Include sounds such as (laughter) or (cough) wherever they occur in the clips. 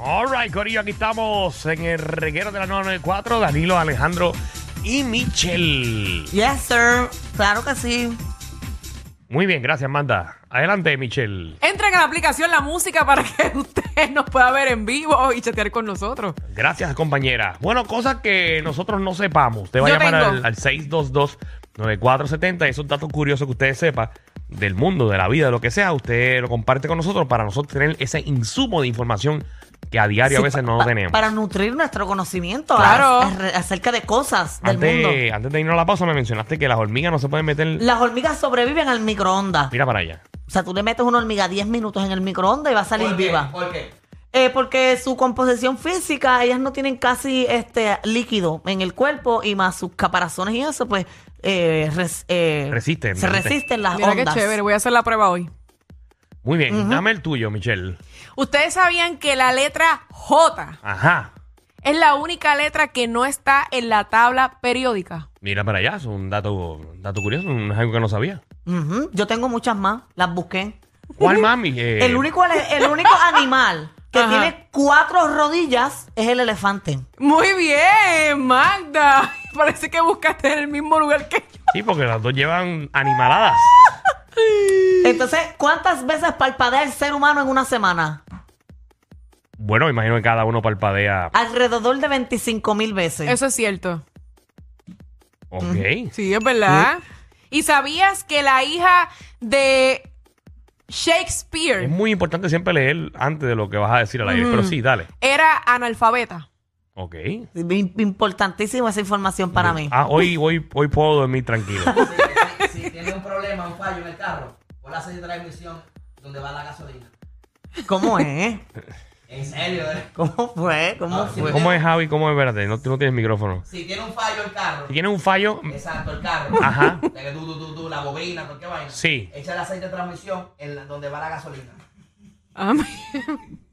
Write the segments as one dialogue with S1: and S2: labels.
S1: All right, Corillo, aquí estamos en el reguero de la 994, Danilo, Alejandro y Michelle.
S2: Yes, sir. Claro que sí.
S1: Muy bien, gracias, Manda. Adelante, Michelle.
S3: Entren a la aplicación La Música para que (laughs) usted nos pueda ver en vivo y chatear con nosotros.
S1: Gracias, compañera. Bueno, cosas que nosotros no sepamos. Usted va a
S3: Yo
S1: llamar
S3: tengo.
S1: al, al 622-9470. Esos datos curiosos que usted sepa del mundo, de la vida, de lo que sea, usted lo comparte con nosotros para nosotros tener ese insumo de información que a diario
S2: Sí,
S1: a veces no
S2: pa-
S1: tenemos.
S2: Para nutrir nuestro conocimiento
S3: Claro.
S2: a- a- acerca de cosas del mundo.
S1: Antes, antes de irnos a la pausa, me mencionaste que las hormigas no se pueden meter.
S2: Las hormigas sobreviven al microondas.
S1: Mira para allá.
S2: O sea, tú le metes una hormiga 10 minutos en el microondas y va a salir viva.
S4: ¿Por qué?
S2: Eh, porque su composición física, ellas no tienen casi este líquido en el cuerpo y más sus caparazones y eso, pues eh, res- eh,
S1: Resisten,
S2: se
S1: resisten.
S2: resisten las
S3: Mira qué
S2: ondas.
S3: chévere, voy a hacer la prueba hoy.
S1: Muy bien, dame el tuyo, Michelle.
S3: Ustedes sabían que la letra J
S1: Ajá.
S3: es la única letra que no está en la tabla periódica.
S1: Mira para allá, es un dato, un dato curioso, un- es algo que no sabía.
S2: Ujú. Yo tengo muchas más, las busqué.
S1: ¿Cuál mami? Eh,
S2: El único, ele- el único animal que
S3: Ajá.
S2: tiene cuatro rodillas es el elefante.
S3: Muy bien, Magda. (laughs) Parece que buscaste en el mismo lugar que yo.
S1: Sí, porque las dos llevan animaladas.
S2: Entonces, ¿cuántas veces parpadea el ser humano en una semana?
S1: Bueno, imagino que cada uno parpadea.
S2: Alrededor de 25 mil veces.
S3: Eso es cierto.
S1: Ok.
S3: Sí, es verdad. ¿Y sabías que la hija de
S1: Es
S3: Shakespeare
S1: muy importante siempre leer antes de lo que vas a decir al aire. Pero sí, dale.
S3: era analfabeta?
S1: Ok.
S2: Im- Importantísima esa información para mí.
S1: Ah, hoy, hoy, hoy puedo dormir
S2: (laughs)
S1: tranquilo.
S4: Si, si tiene un problema, un fallo en el carro, o la serie de transmisión donde va la gasolina.
S2: ¿Cómo es?
S4: En serio, ¿eh?
S2: ¿Cómo fue? ¿Cómo
S4: Ah, sí.
S2: fue?
S1: ¿Cómo es Javi? ¿Cómo es? Espérate, no, tú no tienes micrófono.
S4: Si tiene un fallo el carro,
S1: Si tienes un fallo,
S4: exacto, el carro.
S1: Ajá.
S4: De que tú, tú, tú, tú, la bobina, cualquier vaina.
S1: Sí.
S4: Echa el aceite de transmisión en la- donde va la gasolina.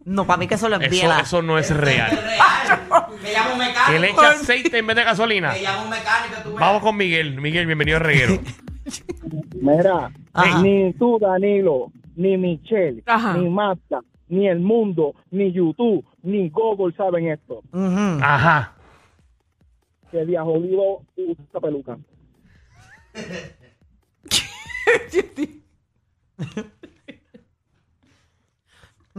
S2: No, para mí que eso lo
S1: eso,
S2: enviela.
S1: eso no es
S4: Es
S1: real.
S4: real. Me llama un
S1: Que le
S4: mecánico.
S1: echa aceite en vez de gasolina.
S4: Me llama un mecánico, tú ves.
S1: Vamos con Miguel. Miguel, bienvenido al
S2: (laughs)
S1: reguero.
S5: Mira,
S2: Ajá.
S5: ni tú, Danilo, ni Michelle,
S3: Ajá.
S5: ni Marta, ni el mundo, ni YouTube, ni Google saben esto.
S2: Ujú.
S1: Ajá.
S5: Que Díaz Olivo usa esta peluca.
S3: Mm.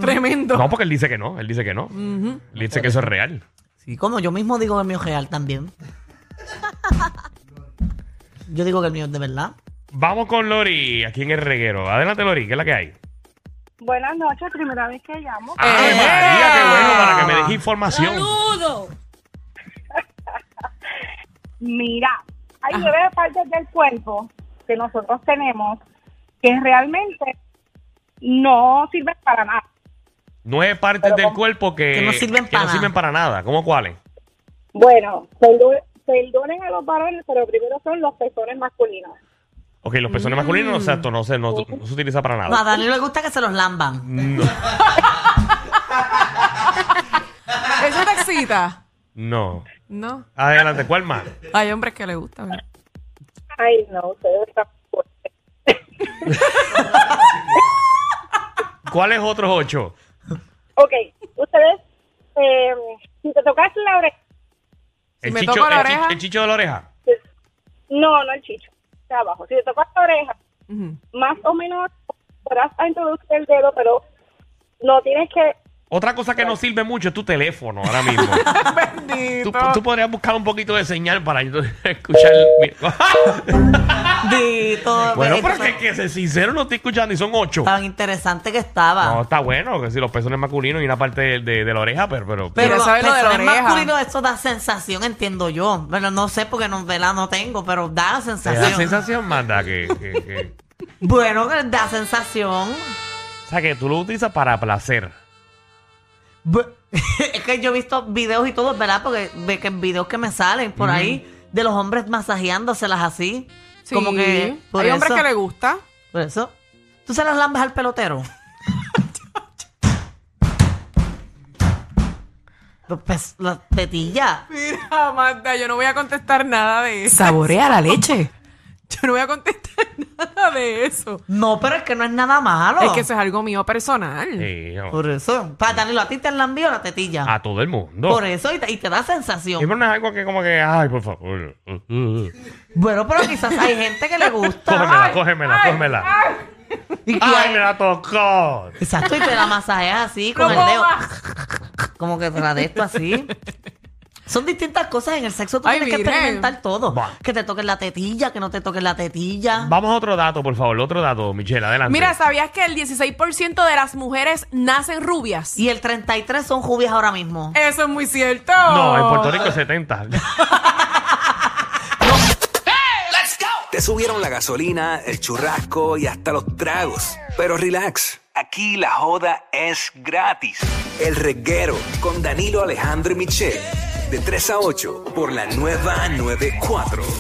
S3: Tremendo.
S1: No, porque él dice que no. Él dice que no. Él dice que eso es real.
S2: Sí, como yo mismo digo que el mío es real también. yo digo que el mío es de verdad.
S1: Vamos con Lori, aquí en el reguero. Adelante, Lori, ¿qué es la que hay?
S6: Buenas noches, primera vez que llamo.
S1: ¡Ave
S3: ¡Eh!
S1: María, qué bueno! Para que me deje información.
S6: Mira, hay nueve partes del cuerpo que nosotros tenemos que realmente no sirven para nada.
S1: Nueve partes del cuerpo que,
S2: que no sirven para
S1: no
S2: nada.
S1: sirven para nada. ¿Cómo cuáles?
S6: Bueno, perdo- perdonen a los varones, pero primero son los pezones masculinos.
S1: Ok, los personas
S3: Mm.
S1: masculinos, exacto, no se, no, no se utiliza para
S2: No, a
S1: nada.
S2: Daniel le gusta que se los lamban.
S1: (laughs) No.
S3: ¿Eso te excita?
S1: no.
S3: No.
S1: Adelante, ¿cuál más?
S3: Hay hombres que les gusta. ¿verdad?
S6: Ay, no, ustedes están fuertes.
S1: ¿Cuáles otros ocho?
S6: Ok, ustedes, eh, si te tocas la oreja,
S3: Si me toco la
S1: el
S3: oreja.
S1: el chicho de la oreja.
S6: no, no el chicho, de abajo. Si te tocas la oreja,
S3: Ujú.
S6: más o menos podrás a introducir el dedo, pero no tienes que
S1: Otra cosa que no sirve mucho es tu teléfono ahora mismo.
S3: (laughs) Bendito.
S1: tú, tú podrías buscar un poquito de señal para yo (laughs) escuchar.
S3: (laughs)
S2: (laughs) Dito,
S1: bueno,
S2: eh,
S1: pero que, que se sincero no estoy escuchando y son ocho.
S2: tan interesante que estaba.
S1: No, está bueno, que si los pezones masculinos y una parte de, de- de la oreja, pero... pero,
S2: Pero
S3: Quiero
S2: los
S3: saber lo de la
S2: pezones
S3: oreja.
S2: masculinos, eso da sensación, entiendo yo. Bueno, no sé porque no, ¿verdad? no tengo, pero da
S1: te da
S2: sensación.
S1: sensación, manda, que, que- que-
S2: bueno, que da sensación. (laughs)
S1: O sea, que tú lo utilizas para placer.
S2: Bu- es que yo he visto videos y todo, ¿verdad? Porque ve que en videos que me salen por ahí de los hombres masajeándoselas así.
S3: Sí.
S2: Como que por
S3: Hay hombres
S2: eso,
S3: que les gusta.
S2: por eso. ¿Tú se las lambes al pelotero? (laughs) Los pez- Las tetillas.
S3: (laughs) Mira, Magda, yo no voy a contestar (laughs) nada de eso. Saborea la leche. Yo no voy a contestar nada. nada de eso.
S2: No, pero es que no es nada malo.
S3: Es que eso es algo mío personal.
S1: Sí, no.
S2: Mm. Por eso. Para Danilo, a ti te la envío la tetilla.
S1: eh, A todo el mundo.
S2: Por eso, y te, y te da
S1: Y
S2: sensación.
S1: pero no es algo que como que, ay, por favor. Uh, uh, uh.
S2: Bueno, pero quizás hay gente que le gusta.
S1: (laughs) Cógemela, cógemela, cógemela.
S2: y que-
S1: Ay, me la
S2: Ah.
S1: tocó.
S2: Exacto, y te la masajeas así,
S3: No
S2: con el dedo.
S3: comas.
S2: Como que te la de esto así. Son distintas cosas en el sexo, tú
S3: Ay,
S2: tienes que
S3: Virgen.
S2: experimentar todo.
S1: Va.
S2: Que te toquen la tetilla, que no te toquen la tetilla.
S1: Vamos a otro dato, por favor, otro dato, Michelle, adelante.
S3: Mira, ¿sabías que el 16% de las mujeres nacen rubias?
S2: Y el 33 son jubias ahora mismo.
S3: Eso es muy cierto.
S1: no, en Puerto Rico es 70.
S7: Te subieron la gasolina, el churrasco y hasta los tragos. Pero relax, aquí la joda es gratis. El reguero con Danilo Alejandro y Michel. De 3 a 8 por la nueva 94.